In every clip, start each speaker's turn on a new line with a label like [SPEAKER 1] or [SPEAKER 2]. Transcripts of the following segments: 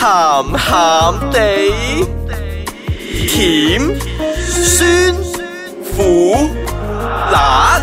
[SPEAKER 1] 鹹地，甜酸苦辣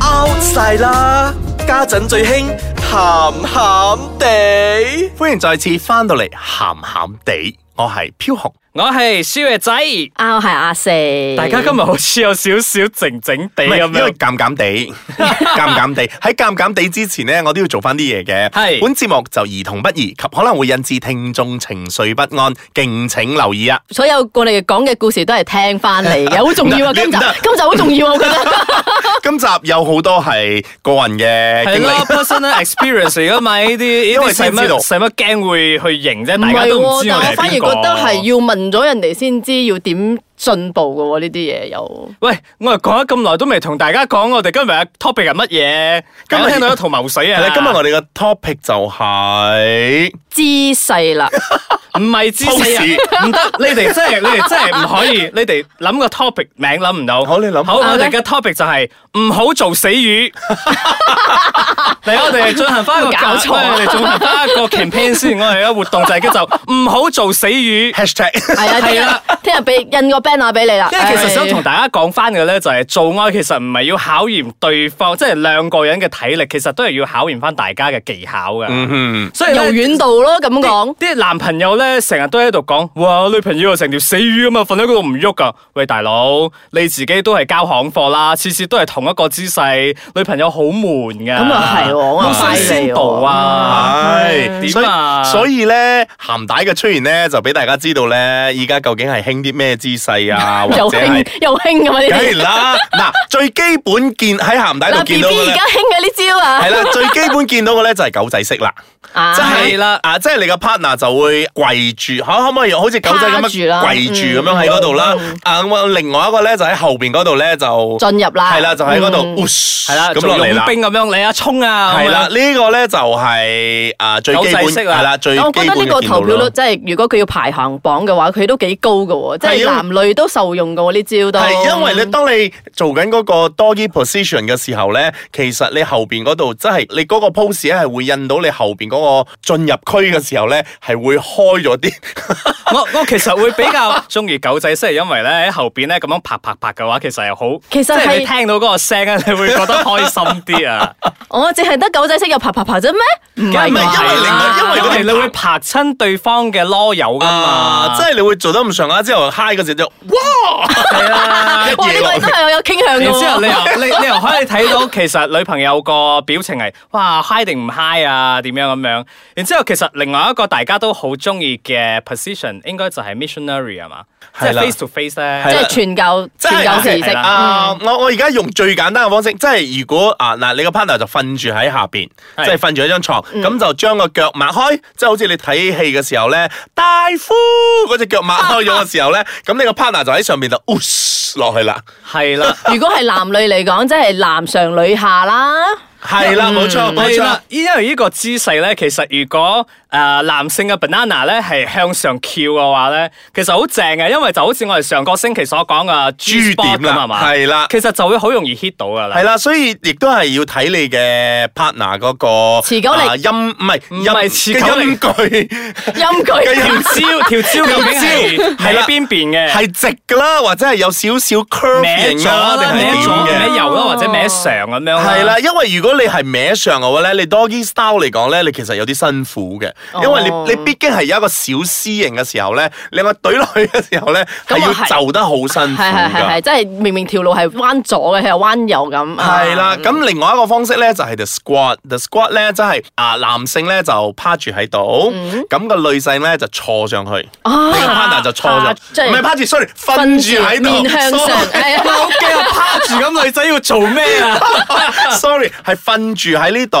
[SPEAKER 1] out 晒啦！家陣最興鹹鹹地。
[SPEAKER 2] 歡迎再次翻到嚟，鹹鹹地，我係飄紅。
[SPEAKER 3] 我係舒月仔，
[SPEAKER 4] 啊，我係阿四。
[SPEAKER 3] 大家今日好似有少少靜靜地
[SPEAKER 2] 唔係
[SPEAKER 3] 咁
[SPEAKER 2] 因為
[SPEAKER 3] 樣。
[SPEAKER 2] 尷尷 地，尷尷地喺尷尷地之前呢，我都要做翻啲嘢嘅。
[SPEAKER 3] 係
[SPEAKER 2] 本節目就兒童不宜，及可能會引致聽眾情緒不安，敬請留意 啊！
[SPEAKER 4] 所有我哋講嘅故事都係聽翻嚟 嘅，好重要啊！
[SPEAKER 2] 唔得
[SPEAKER 4] 今集
[SPEAKER 2] 唔得
[SPEAKER 4] 今集好重要啊，我覺 得。
[SPEAKER 2] 今集有好多係個人嘅
[SPEAKER 3] 係
[SPEAKER 2] 經
[SPEAKER 3] 咯
[SPEAKER 2] 歷，
[SPEAKER 3] ，personal experience 嚟噶嘛？呢啲
[SPEAKER 2] 因
[SPEAKER 3] 呢
[SPEAKER 2] 為
[SPEAKER 3] 啲使
[SPEAKER 2] 先知道
[SPEAKER 3] 乜使乜驚會去認啫？
[SPEAKER 4] 唔
[SPEAKER 3] 大家
[SPEAKER 4] 係
[SPEAKER 3] 都唔
[SPEAKER 4] 喎，
[SPEAKER 3] 知
[SPEAKER 4] 但
[SPEAKER 3] 我
[SPEAKER 4] 我
[SPEAKER 3] 係
[SPEAKER 4] 反而
[SPEAKER 3] 邊
[SPEAKER 4] 覺
[SPEAKER 3] 個
[SPEAKER 4] 得係要問咗人哋先知要點進步嘅喎，呢啲嘢又。
[SPEAKER 3] 喂，我哋講咗咁耐都未同大家講，我哋今日嘅 topic 係乜嘢？今日聽到一頭霧水
[SPEAKER 2] 係
[SPEAKER 3] 啊
[SPEAKER 2] 啦！！今日我哋嘅 topic 就係
[SPEAKER 4] 姿勢啦，
[SPEAKER 3] 唔係知識啊，唔得！你哋真係你哋真係唔可以，你哋諗個 topic 名諗唔到。
[SPEAKER 2] 好你諗
[SPEAKER 3] 好，我
[SPEAKER 4] 好
[SPEAKER 3] 哋
[SPEAKER 4] 咧
[SPEAKER 3] 嘅 topic 就係唔好做 死魚。嚟，我哋進行翻一個
[SPEAKER 4] 搞錯啊
[SPEAKER 3] 我哋進行翻一個 campaign 先。我哋嘅活動就係叫做唔好做死魚。
[SPEAKER 2] hashtag
[SPEAKER 4] 係啊，聽
[SPEAKER 3] 係啦
[SPEAKER 4] 日聽日俾印個 banner 俾你啦。
[SPEAKER 3] 因為其實想同
[SPEAKER 4] 大
[SPEAKER 3] 大家講翻嘅咧，就係做愛其實唔係要考驗對方，即係兩個人嘅體力，其實都係要考驗翻大家嘅技巧嘅。
[SPEAKER 2] 嗯
[SPEAKER 3] 所以
[SPEAKER 4] 柔
[SPEAKER 3] 咧
[SPEAKER 4] 軟度咯，咁講
[SPEAKER 3] 啲啲男朋友咧，成日都喺度講，哇，我女朋友成條死魚咁啊，瞓喺嗰度唔喐噶。喂，大佬，你自己都係交行貨啦，次次都係同一個姿勢，女朋友好悶噶。
[SPEAKER 4] 咁啊係喎我
[SPEAKER 3] 冇
[SPEAKER 4] 又拜你
[SPEAKER 3] 新鮮度啊，
[SPEAKER 2] 係，
[SPEAKER 3] 點啊？
[SPEAKER 2] 所以所以咧，鹹帶嘅出現咧，就俾大家知道咧，而家究竟係興啲咩姿勢 啊，或
[SPEAKER 4] 又
[SPEAKER 2] 者係
[SPEAKER 4] 興。又興咁嘛呢
[SPEAKER 2] 梗
[SPEAKER 4] 啲。
[SPEAKER 2] 係 啦，嗱，最基本見喺鹹帶度
[SPEAKER 4] 嗱
[SPEAKER 2] 見
[SPEAKER 4] ，B
[SPEAKER 2] 到
[SPEAKER 4] B
[SPEAKER 2] 嘅
[SPEAKER 4] 而
[SPEAKER 2] 咧
[SPEAKER 4] 家，興嘅呢招啊
[SPEAKER 2] 係，啦，最基本見到嘅咧就係狗仔式 啦，
[SPEAKER 4] 啊
[SPEAKER 2] 即係
[SPEAKER 3] 係啦
[SPEAKER 2] 啊，即係你個 partner 就會跪住，可可唔可以好似狗仔咁
[SPEAKER 4] 趴住
[SPEAKER 2] 樣
[SPEAKER 4] 啦嗯
[SPEAKER 2] 跪住咁樣喺嗰度啦？啊，咁啊另外一個咧就喺後邊嗰度咧就
[SPEAKER 4] 進入啦
[SPEAKER 2] 係啦，就喺嗰
[SPEAKER 4] 嗯
[SPEAKER 2] 度，
[SPEAKER 3] 係
[SPEAKER 2] 係
[SPEAKER 3] 啦，
[SPEAKER 2] 咁
[SPEAKER 3] 做
[SPEAKER 2] 落嚟
[SPEAKER 3] 傭
[SPEAKER 2] 啦。
[SPEAKER 3] 兵咁樣，你啊衝啊，
[SPEAKER 2] 係啦，
[SPEAKER 3] 咁樣
[SPEAKER 2] 呢個咧就係啊最基本
[SPEAKER 3] 狗仔式啦
[SPEAKER 2] 係啦，最基
[SPEAKER 4] 我
[SPEAKER 2] 本
[SPEAKER 4] 覺得呢
[SPEAKER 2] 嘅
[SPEAKER 4] 個
[SPEAKER 2] 見
[SPEAKER 4] 投
[SPEAKER 2] 到
[SPEAKER 4] 票率
[SPEAKER 2] 咯。
[SPEAKER 4] 真係，如果佢要排行榜嘅話，佢都幾高嘅喎，即
[SPEAKER 2] 係因
[SPEAKER 4] 係
[SPEAKER 2] 為
[SPEAKER 4] 男女都受用嘅喎呢招都。
[SPEAKER 2] 係因為你當你做緊嗰個 doggy position 嘅時候咧，其實你後邊嗰度真係你嗰個 pose 咧係會印到你後邊嗰個進入區嘅時候咧係會開咗啲。
[SPEAKER 3] 我我其實會比較 中意狗仔式，係因為咧喺後邊咧咁樣拍拍拍嘅話，其實係好，
[SPEAKER 4] 其實
[SPEAKER 3] 即係你
[SPEAKER 4] 係
[SPEAKER 3] 聽到嗰個聲咧， 你會覺得開心啲啊。
[SPEAKER 4] 我淨係得狗仔識有爬爬爬啫咩？唔係
[SPEAKER 2] 唔係
[SPEAKER 4] 啩
[SPEAKER 2] 因為另外因為嗰啲
[SPEAKER 3] 因為你會拍親對方嘅囉柚 噶
[SPEAKER 2] 啊
[SPEAKER 3] 嘛，，
[SPEAKER 2] 即係你會做得咁上啊下之後嗨嗰時就哇，
[SPEAKER 3] 係啦。
[SPEAKER 4] 哇呢個真係有傾向嘅
[SPEAKER 3] 然之後
[SPEAKER 4] 喎。
[SPEAKER 3] 你又你你又可以睇到其實女朋友個表情係哇 high 定唔 high 啊點樣咁樣，然之後其實另外一個大家都好中意嘅 position 應該就係 missionary 啊嘛，即
[SPEAKER 2] 係
[SPEAKER 3] 係
[SPEAKER 2] 啦
[SPEAKER 3] face to face 咧，
[SPEAKER 4] 即係傳教
[SPEAKER 2] 即係
[SPEAKER 4] 傳教士
[SPEAKER 3] 係
[SPEAKER 4] 式，
[SPEAKER 3] 啦
[SPEAKER 2] 啊！我我而家用最簡單嘅方式，即係如果啊嗱，你個 partner 就瞓住喺下邊，即係
[SPEAKER 3] 係
[SPEAKER 2] 瞓住喺張床，咁就將個腳擘開，即係好似你睇戲嘅時候咧，大夫嗰只腳擘開咗嘅時候咧，咁你個 partner 就喺上邊就 oosh 落去啦，
[SPEAKER 3] 係啦。
[SPEAKER 4] 如果係男女嚟講，即係男上女下啦。
[SPEAKER 2] 係啦，冇錯嗯冇
[SPEAKER 3] 嗯係
[SPEAKER 2] 錯
[SPEAKER 3] 啦，，因為呢個姿勢咧，其實如果誒、呃男性嘅 banana 咧係向上翹嘅話咧，其實好正嘅，因為就好似我哋上個星期所講嘅
[SPEAKER 2] 豬
[SPEAKER 3] G
[SPEAKER 2] 點
[SPEAKER 3] spot 咁係
[SPEAKER 2] 啦，
[SPEAKER 3] 嘛，
[SPEAKER 2] 係啦。
[SPEAKER 3] 其實就會好容易 hit 到噶啦
[SPEAKER 2] 係。啦，所以亦都係要睇你嘅 partner 嗰個
[SPEAKER 4] 持久力
[SPEAKER 2] 啊音唔係
[SPEAKER 3] 唔係持久力
[SPEAKER 2] 嘅音句。
[SPEAKER 4] 陰
[SPEAKER 3] 條蕉條
[SPEAKER 4] 佢
[SPEAKER 3] 蕉究竟係
[SPEAKER 2] 係啦
[SPEAKER 3] 喺邊邊嘅？
[SPEAKER 2] 係直噶啦，或者係有少少
[SPEAKER 3] 歪
[SPEAKER 2] curve
[SPEAKER 3] 咗
[SPEAKER 2] 型啊，定
[SPEAKER 3] 啦，
[SPEAKER 2] 係
[SPEAKER 3] 歪
[SPEAKER 2] 點
[SPEAKER 3] 咗，歪
[SPEAKER 2] 嘅？
[SPEAKER 3] 右啦，啊或者歪上咁樣。
[SPEAKER 2] 係啦，，因為如果你係歪上嘅話咧，你 doggy style 嚟講咧，你其實有啲辛苦嘅，
[SPEAKER 4] 哦
[SPEAKER 2] 因為你你畢竟係有一個小 C 型嘅時候咧，你個懟落去嘅時候咧，係
[SPEAKER 4] 咁
[SPEAKER 2] 要
[SPEAKER 4] 啊係
[SPEAKER 2] 就得好辛苦
[SPEAKER 4] 係係係係，
[SPEAKER 2] 㗎。
[SPEAKER 4] 即係明明條路係彎左嘅，佢又彎右咁。啊
[SPEAKER 2] 係啦，咁另外一個方式咧就係 the squat，the squat 咧即係啊男性咧就趴住喺度，咁個女性咧就坐上去，
[SPEAKER 4] 嗯啊
[SPEAKER 2] 你個 partner 就坐上，
[SPEAKER 4] 啊即係
[SPEAKER 2] 唔係趴住，sorry，瞓住喺度，
[SPEAKER 4] 面向上
[SPEAKER 2] sorry，
[SPEAKER 4] 係啊
[SPEAKER 3] 我驚我趴住咁，女仔要做咩 啊？
[SPEAKER 2] sorry，係瞓住喺呢度，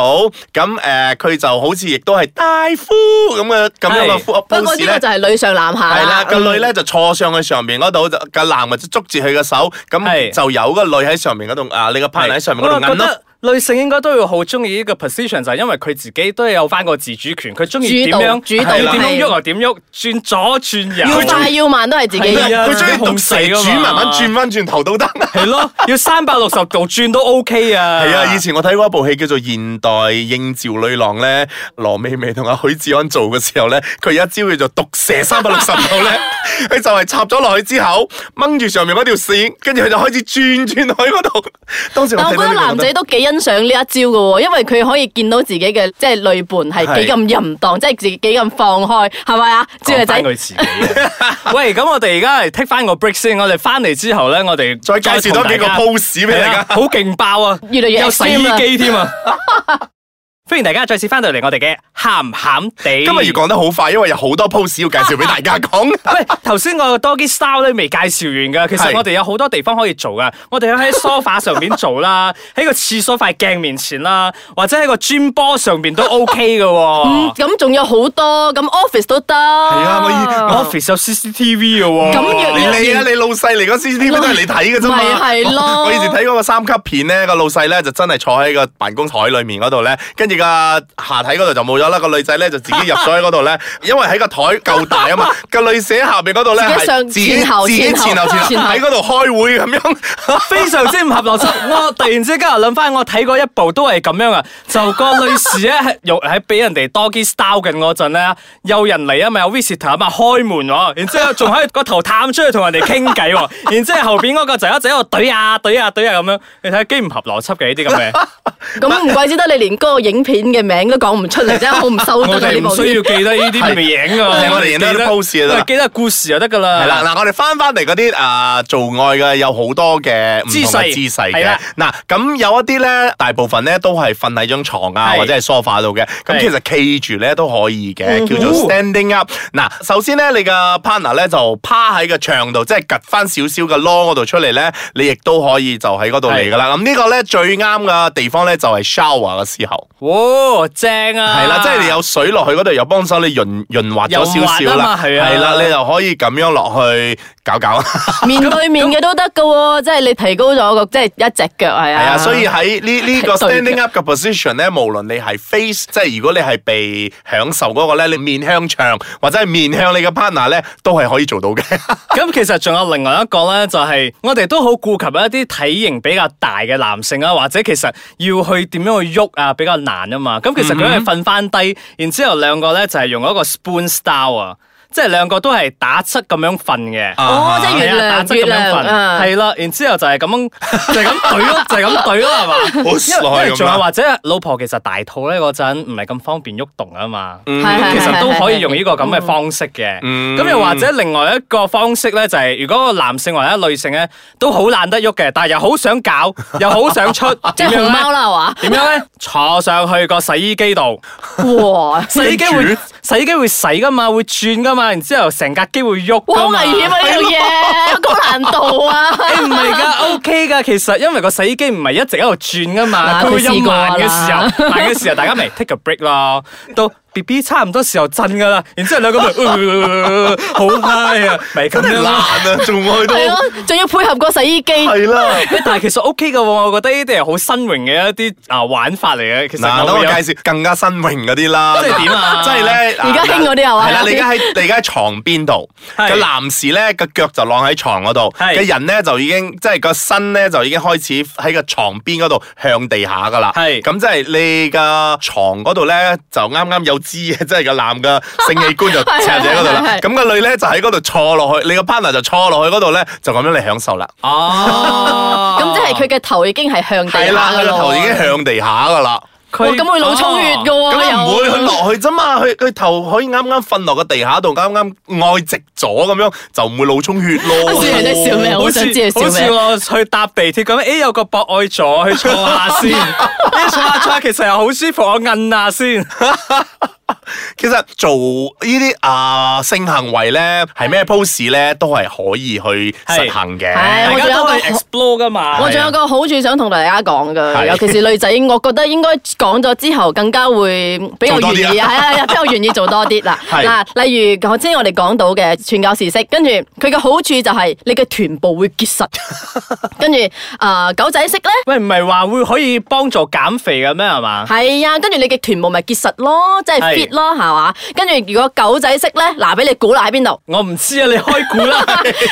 [SPEAKER 2] 咁誒佢就好似亦都係大夫咁嘅咁樣嘅
[SPEAKER 3] 係
[SPEAKER 2] pose
[SPEAKER 4] 不過呢
[SPEAKER 2] 咧
[SPEAKER 4] 個。就係女上男下
[SPEAKER 2] 係啦，
[SPEAKER 4] 啦。
[SPEAKER 2] 個女咧就坐上去上面嗰度，就個男咪就捉住佢嘅手，咁
[SPEAKER 3] 係
[SPEAKER 2] 就有個女喺上面嗰度啊，你個 partner 喺上面嗰度
[SPEAKER 3] 我又覺
[SPEAKER 2] 揞咯
[SPEAKER 3] 得。女性應該都要好中意呢個 position，就係因為佢自己都有翻個自主權，佢中意點
[SPEAKER 4] 主導
[SPEAKER 3] 樣，
[SPEAKER 4] 主導
[SPEAKER 3] 係啦
[SPEAKER 4] 係
[SPEAKER 3] 點樣喐就啊點喐，轉左轉
[SPEAKER 4] 要
[SPEAKER 3] 右，
[SPEAKER 4] 快要慢都係自己
[SPEAKER 3] 係啊
[SPEAKER 2] 佢中意
[SPEAKER 3] 控
[SPEAKER 2] 毒
[SPEAKER 3] 制
[SPEAKER 2] 蛇
[SPEAKER 3] 㗎嘛
[SPEAKER 2] 轉，慢慢轉翻轉頭都得。
[SPEAKER 3] 係咯，要三百六十度轉都 OK 啊。
[SPEAKER 2] 係啊，以前我睇過一部戲叫做《現代應召女郎》咧，羅美薇同阿許志安做嘅時候咧，佢有一招叫做毒蛇三百六十度咧，佢就係插咗落去之後，掹住上面嗰條線，跟住佢就開始轉轉去嗰度。當 時我
[SPEAKER 4] 但我
[SPEAKER 2] 睇到
[SPEAKER 4] 覺得
[SPEAKER 2] 呢個
[SPEAKER 4] 男仔都幾欣賞呢一招嘅喎，因為佢可以見到自己嘅即係女伴係幾咁淫蕩，即係自己幾咁放開，係咪啊？
[SPEAKER 3] 講
[SPEAKER 4] 招女仔
[SPEAKER 3] 返佢自己啊。喂，咁我哋而家嚟 take 翻個 break 先，我哋翻嚟之後咧，我哋
[SPEAKER 2] 再介紹多幾個 pose 俾大
[SPEAKER 3] 係
[SPEAKER 2] 家
[SPEAKER 3] 啊。好勁爆啊！
[SPEAKER 4] 越嚟越
[SPEAKER 3] 有洗衣
[SPEAKER 4] extreme 啦
[SPEAKER 3] 機添 啊！歡迎大家再次翻到嚟我哋嘅鹹鹹地。
[SPEAKER 2] 今日要講得好快，因為有好多 pose 要介紹俾大家 講。
[SPEAKER 3] 喂，頭先我多啲 style 咧未介紹完㗎，其實
[SPEAKER 2] 係
[SPEAKER 3] 我哋有好多地方可以做㗎。我哋可以喺 sofa 上面做 啦，喺個廁所塊鏡面前啦，或者喺個 gym 波上面都 OK 嘅
[SPEAKER 4] 嗯
[SPEAKER 3] 喎。
[SPEAKER 4] 咁仲有好多，咁 office 都得。係
[SPEAKER 2] 係啊我以
[SPEAKER 3] office 有 CCTV 嘅喎。
[SPEAKER 4] 咁 要
[SPEAKER 2] 你你啊，你老細嚟嗰 CCTV 都係你睇嘅啫嘛。
[SPEAKER 4] 咪係咯
[SPEAKER 2] 我我以前睇嗰個三級片咧，個老細咧就真係坐喺個辦公台裏面嗰度咧，跟住個下體嗰度就冇咗啦，個女仔咧就自己入咗喺嗰度 咧，因為喺個台夠大啊嘛，個女仔下邊嗰度咧
[SPEAKER 4] 自己
[SPEAKER 2] 係
[SPEAKER 4] 上
[SPEAKER 2] 自己
[SPEAKER 4] 前後
[SPEAKER 2] 自己
[SPEAKER 4] 前
[SPEAKER 2] 前
[SPEAKER 4] 後
[SPEAKER 2] 後前
[SPEAKER 4] 前
[SPEAKER 2] 後
[SPEAKER 4] 後
[SPEAKER 2] 喺嗰度開會咁樣。
[SPEAKER 3] 非常之唔合邏輯。我突然之間又諗翻，我睇過一部都係咁樣啊，就個女士咧係用喺俾人哋 doggy style 緊嗰陣咧，有人嚟啊嘛，有 visitor 啊嘛，開門喎，然之後仲喺個頭探出去同人哋傾偈 喎，然之後後邊嗰個就一直喺度懟啊懟啊懟啊咁樣，你睇幾唔合邏輯嘅呢啲咁嘅，
[SPEAKER 4] 咁唔怪之得你連嗰個影片嘅名都講唔出嚟，真係好唔 收得
[SPEAKER 3] 我
[SPEAKER 4] 啊！
[SPEAKER 3] 哋
[SPEAKER 4] 呢
[SPEAKER 3] 唔
[SPEAKER 4] 部
[SPEAKER 3] 需要記得呢啲名影啊，
[SPEAKER 2] 係我哋影得啲 pose 就得啦
[SPEAKER 3] 我哋記得故事就得噶啦，
[SPEAKER 2] 係啦，嗱，我哋翻翻嚟嗰啲啊做愛嘅有好多嘅唔同嘅姿
[SPEAKER 3] 姿勢
[SPEAKER 2] 勢
[SPEAKER 3] 係
[SPEAKER 2] 嘅
[SPEAKER 3] 啦，
[SPEAKER 2] 嗱咁有一啲咧，大部分咧都係瞓喺張床啊
[SPEAKER 3] 係
[SPEAKER 2] 或者係 sofa 度嘅，咁
[SPEAKER 3] 係嗯
[SPEAKER 2] 其實企住咧都可以嘅，叫做 standing up。嗱，首先咧你嘅 partner 咧就趴喺個牆度，即係趌翻少少嘅窿嗰度出嚟咧，你亦都可以就喺嗰度嚟噶啦。咁呢個咧最啱嘅地方咧就係 shower 嘅時候。
[SPEAKER 3] 哇，正啊，
[SPEAKER 2] 係啦，即係你有水落去嗰度，又幫手你潤潤滑咗少少
[SPEAKER 3] 潤滑啊
[SPEAKER 2] 啦，
[SPEAKER 3] 嘛係啊
[SPEAKER 2] 啦，你就可以咁樣落去搞搞。
[SPEAKER 4] 面對面嘅都得嘅喎，即係你提高咗個即係一隻腳係
[SPEAKER 2] 係
[SPEAKER 4] 啊。
[SPEAKER 2] 啊，所以喺 呢呢個
[SPEAKER 4] 對嘅
[SPEAKER 2] standing up 嘅 position 咧，無論你係 face，即係如果你係被享受嗰個咧，你面向牆或者係面向你嘅 partner 咧，都係可以做到嘅。
[SPEAKER 3] 咁其實仲有另外一個咧，就係、我哋都好顧及一啲體型比較大嘅男性啊，或者其實要去點樣去喐啊，比較難啊嘛。咁其實佢
[SPEAKER 2] 嗯
[SPEAKER 3] 係瞓翻低，然之後兩個咧就係、用一個 spoon style 啊，即係兩個都係打側咁樣瞓嘅。
[SPEAKER 4] 哦，即係
[SPEAKER 3] 係
[SPEAKER 4] 月
[SPEAKER 3] 啊打
[SPEAKER 4] 亮
[SPEAKER 3] 側
[SPEAKER 4] 月
[SPEAKER 3] 咁樣
[SPEAKER 4] 亮
[SPEAKER 3] 瞓，
[SPEAKER 4] 啊，
[SPEAKER 3] 係啦，然之後就係咁樣， 就係咁懟咯，就係咁懟咯，係嘛？
[SPEAKER 2] 好
[SPEAKER 3] 因為因
[SPEAKER 2] 咁
[SPEAKER 3] 為
[SPEAKER 2] 啊
[SPEAKER 3] 仲有
[SPEAKER 2] 啦。
[SPEAKER 3] 或者老婆其實大肚咧嗰陣唔係咁方便喐動啊嘛。
[SPEAKER 4] 係 係
[SPEAKER 3] 其實都可以
[SPEAKER 4] 係
[SPEAKER 3] 用呢個咁嘅方式嘅。
[SPEAKER 2] 嗯
[SPEAKER 3] 咁又或者另外一個方式咧，就係如果個男性或者女性咧都好懶得喐嘅，但係又好想搞，又好想出，
[SPEAKER 4] 即係
[SPEAKER 3] 點樣
[SPEAKER 4] 熊
[SPEAKER 3] 咧
[SPEAKER 4] 貓啦係 嘛？
[SPEAKER 3] 點樣咧？坐上去個洗衣機度，
[SPEAKER 4] 哇！
[SPEAKER 3] 洗衣機會洗衣機會洗噶嘛，會轉噶嘛，然之後成架機會喐
[SPEAKER 4] 哇，
[SPEAKER 3] 㗎
[SPEAKER 4] 好
[SPEAKER 3] 嘛
[SPEAKER 4] 危險啊！呢樣嘢，高難 度啊！
[SPEAKER 3] 誒唔係㗎，OK 㗎，其實因為個洗衣機唔係一直喺度轉㗎嘛，
[SPEAKER 4] 嗱
[SPEAKER 3] 佢會
[SPEAKER 4] 佢
[SPEAKER 3] 有
[SPEAKER 4] 試過
[SPEAKER 3] 慢
[SPEAKER 4] 啦
[SPEAKER 3] 嘅時候，慢嘅時候大家咪 take a break 咯，到 B B 差唔多時候震㗎啦，然之後兩個咪 呃好 high 啊，咪咁樣
[SPEAKER 2] 難
[SPEAKER 3] 啦。
[SPEAKER 2] 啊，仲去到
[SPEAKER 4] 係咯，仲要配合個洗衣機，
[SPEAKER 2] 係啊啦。
[SPEAKER 3] 但係其實 OK 㗎喎，我覺得呢啲係好新穎嘅一啲啊玩法嚟嘅。其實
[SPEAKER 2] 嗱，等
[SPEAKER 3] 我
[SPEAKER 2] 我
[SPEAKER 3] 有
[SPEAKER 2] 介紹更加新穎嗰啲啦。
[SPEAKER 3] 即係點啊
[SPEAKER 2] 即係咧，
[SPEAKER 4] 而家興嗰啲係嘛
[SPEAKER 2] 係啦，你而家喺你而家喺床邊度，
[SPEAKER 3] 係
[SPEAKER 2] 個男士咧個腳就晾喺床嗰度，
[SPEAKER 3] 係
[SPEAKER 2] 個人咧就已經即係個身咧就已經開始喺個床邊嗰度向地下噶啦。
[SPEAKER 3] 係
[SPEAKER 2] 咁即係你個床嗰度咧就啱啱有支嘅，即係個男嘅性器 官就插咗喺嗰度啦
[SPEAKER 4] 係係。係
[SPEAKER 2] 咁個女咧就喺嗰度坐落去，你個 partner 就坐落去嗰度咧，就咁樣嚟享受啦。
[SPEAKER 3] 哦，
[SPEAKER 4] 咁即係佢嘅頭已經係向地
[SPEAKER 2] 係啦，
[SPEAKER 4] 下
[SPEAKER 2] 佢
[SPEAKER 4] 㗎
[SPEAKER 2] 個
[SPEAKER 4] 咯。
[SPEAKER 2] 頭已經向地下噶啦。
[SPEAKER 4] 哇咁會腦充血㗎
[SPEAKER 3] 哦
[SPEAKER 2] 咁
[SPEAKER 4] 喎，
[SPEAKER 2] 佢
[SPEAKER 4] 又
[SPEAKER 2] 唔會佢落去啫嘛，佢佢頭可以啱啱瞓落個地下度，啱啱愛直咗咁樣，就唔會腦充血咯。
[SPEAKER 4] 好似人啊哋笑咩好想知你笑
[SPEAKER 3] 好
[SPEAKER 4] 咩
[SPEAKER 3] 似我去搭地鐵咁，誒有個博愛座去坐 下先，誒坐下坐下，其實又好舒服，我摁下先。
[SPEAKER 2] 其實做呢啲啊性行為咧，係咩 pose 咧，都係可以去實行嘅。
[SPEAKER 4] 係
[SPEAKER 3] 大
[SPEAKER 4] 我
[SPEAKER 3] 家
[SPEAKER 4] 仲有
[SPEAKER 3] 都
[SPEAKER 4] 個
[SPEAKER 3] 去 explore 噶嘛。
[SPEAKER 4] 我仲有個好處想同大家講噶，
[SPEAKER 2] 係
[SPEAKER 4] 尤其是女仔，我覺得應該講咗之後更加會比
[SPEAKER 2] 做
[SPEAKER 4] 較
[SPEAKER 2] 多
[SPEAKER 4] 願意，
[SPEAKER 2] 啲
[SPEAKER 4] 係
[SPEAKER 2] 啊
[SPEAKER 4] 啊，比較願意做多啲啦。
[SPEAKER 2] 係
[SPEAKER 4] 嗱，例如頭先我哋講到嘅傳教士式，跟住佢嘅好處就係你嘅臀部會結實，跟住啊狗仔式咧。
[SPEAKER 3] 喂，唔係話會可以幫助減肥嘅咩？係嘛？
[SPEAKER 4] 係啊，跟住你嘅臀部咪結實咯，即係
[SPEAKER 3] 係
[SPEAKER 4] fit 咯，係嘛？跟住如果狗仔式咧，嗱，俾你估啦喺邊度？
[SPEAKER 3] 我唔知啊，你開估啦。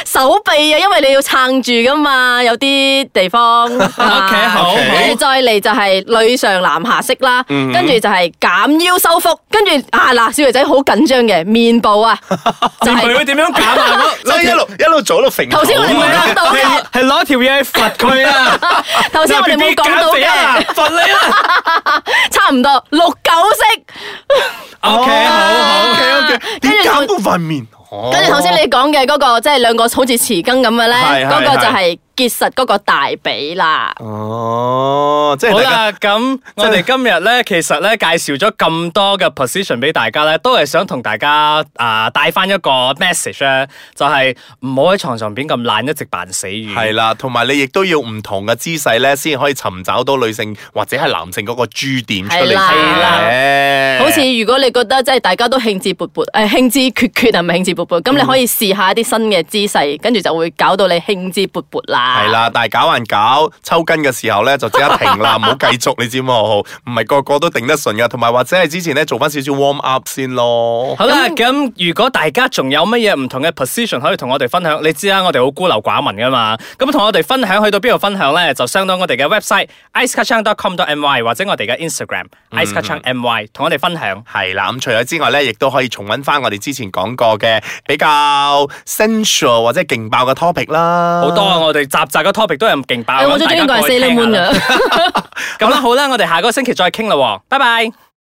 [SPEAKER 4] 手臂啊，因為你要撐住噶嘛，有啲地方。OK，
[SPEAKER 3] 好
[SPEAKER 4] 跟住再嚟就係女上男下式啦，跟住就係減腰收腹，跟住啊嗱，小肥仔好緊張嘅面部啊， 就
[SPEAKER 3] 佢會
[SPEAKER 4] 係
[SPEAKER 3] 點樣減啊？
[SPEAKER 2] 即係一路一路做一路揈頭
[SPEAKER 4] 頭先我哋冇講到嘅，
[SPEAKER 3] 係攞條嘢去罰佢啊！
[SPEAKER 4] 頭先我哋冇講
[SPEAKER 3] BB 減
[SPEAKER 4] 到
[SPEAKER 3] 肥啊
[SPEAKER 4] 嘅，
[SPEAKER 3] 罰 你啦。
[SPEAKER 4] 差唔多六九式。
[SPEAKER 3] OK，好好。
[SPEAKER 2] O K O K，點哦
[SPEAKER 4] 啊跟住
[SPEAKER 2] 減
[SPEAKER 4] 我
[SPEAKER 2] 到塊面？哦
[SPEAKER 4] 跟住頭先你講嘅嗰個，即係兩個好似匙羹咁嘅
[SPEAKER 2] 係
[SPEAKER 4] 咧，
[SPEAKER 2] 係
[SPEAKER 4] 嗰個就係結實嗰個大髀啦。
[SPEAKER 2] 哦，即係
[SPEAKER 3] 好
[SPEAKER 2] 大家
[SPEAKER 3] 啦，咁我哋今日咧，其實咧介紹咗咁多嘅 position 俾大家咧，都係想同大家啊帶翻一個 message 咧，就係唔好喺床上邊咁懶，一直扮死魚。
[SPEAKER 2] 係啦，同埋你亦都要唔同嘅姿勢咧，先可以尋找到女性或者係男性嗰個 G 點出嚟
[SPEAKER 4] 係啦係
[SPEAKER 2] 嘅。
[SPEAKER 4] 好似如果你覺得即係大家都興致勃勃，誒興致缺缺啊，唔係興致勃勃，咁你可以試下一啲新嘅姿勢，跟住就會搞到你興致勃勃啦。
[SPEAKER 2] 係，啦，但係搞還搞，抽筋嘅時候咧就即刻停啦，唔好繼續，你知冇？唔係個個都頂得順噶，同埋或者係之前咧做翻少少 warm up 先咯。
[SPEAKER 3] 好啦，咁如果大家仲有乜嘢唔同嘅 position 可以同我哋分享，你知啦，我哋好孤陋寡聞噶嘛。咁同我哋分享去到邊度分享咧，就相當我哋嘅 website icekachang.com.my 或者我哋嘅 Instagram
[SPEAKER 4] 嗯
[SPEAKER 3] icekachangmy 同我哋分享。
[SPEAKER 4] 啊
[SPEAKER 2] 係啦，咁除咗之外咧，亦都可以重温翻我哋之前講過嘅比較 sensual 或者勁爆嘅 topic 啦。
[SPEAKER 3] 好多啊！我哋集集嘅 topic 都係咁勁爆。
[SPEAKER 4] 誒我最中意個係
[SPEAKER 3] 大家過去
[SPEAKER 4] Sailor 啊
[SPEAKER 3] 聽下
[SPEAKER 4] Moon
[SPEAKER 3] 啦
[SPEAKER 4] 嘅。
[SPEAKER 3] 咁啦，好啦，我哋下個星期再傾啦喎，拜拜。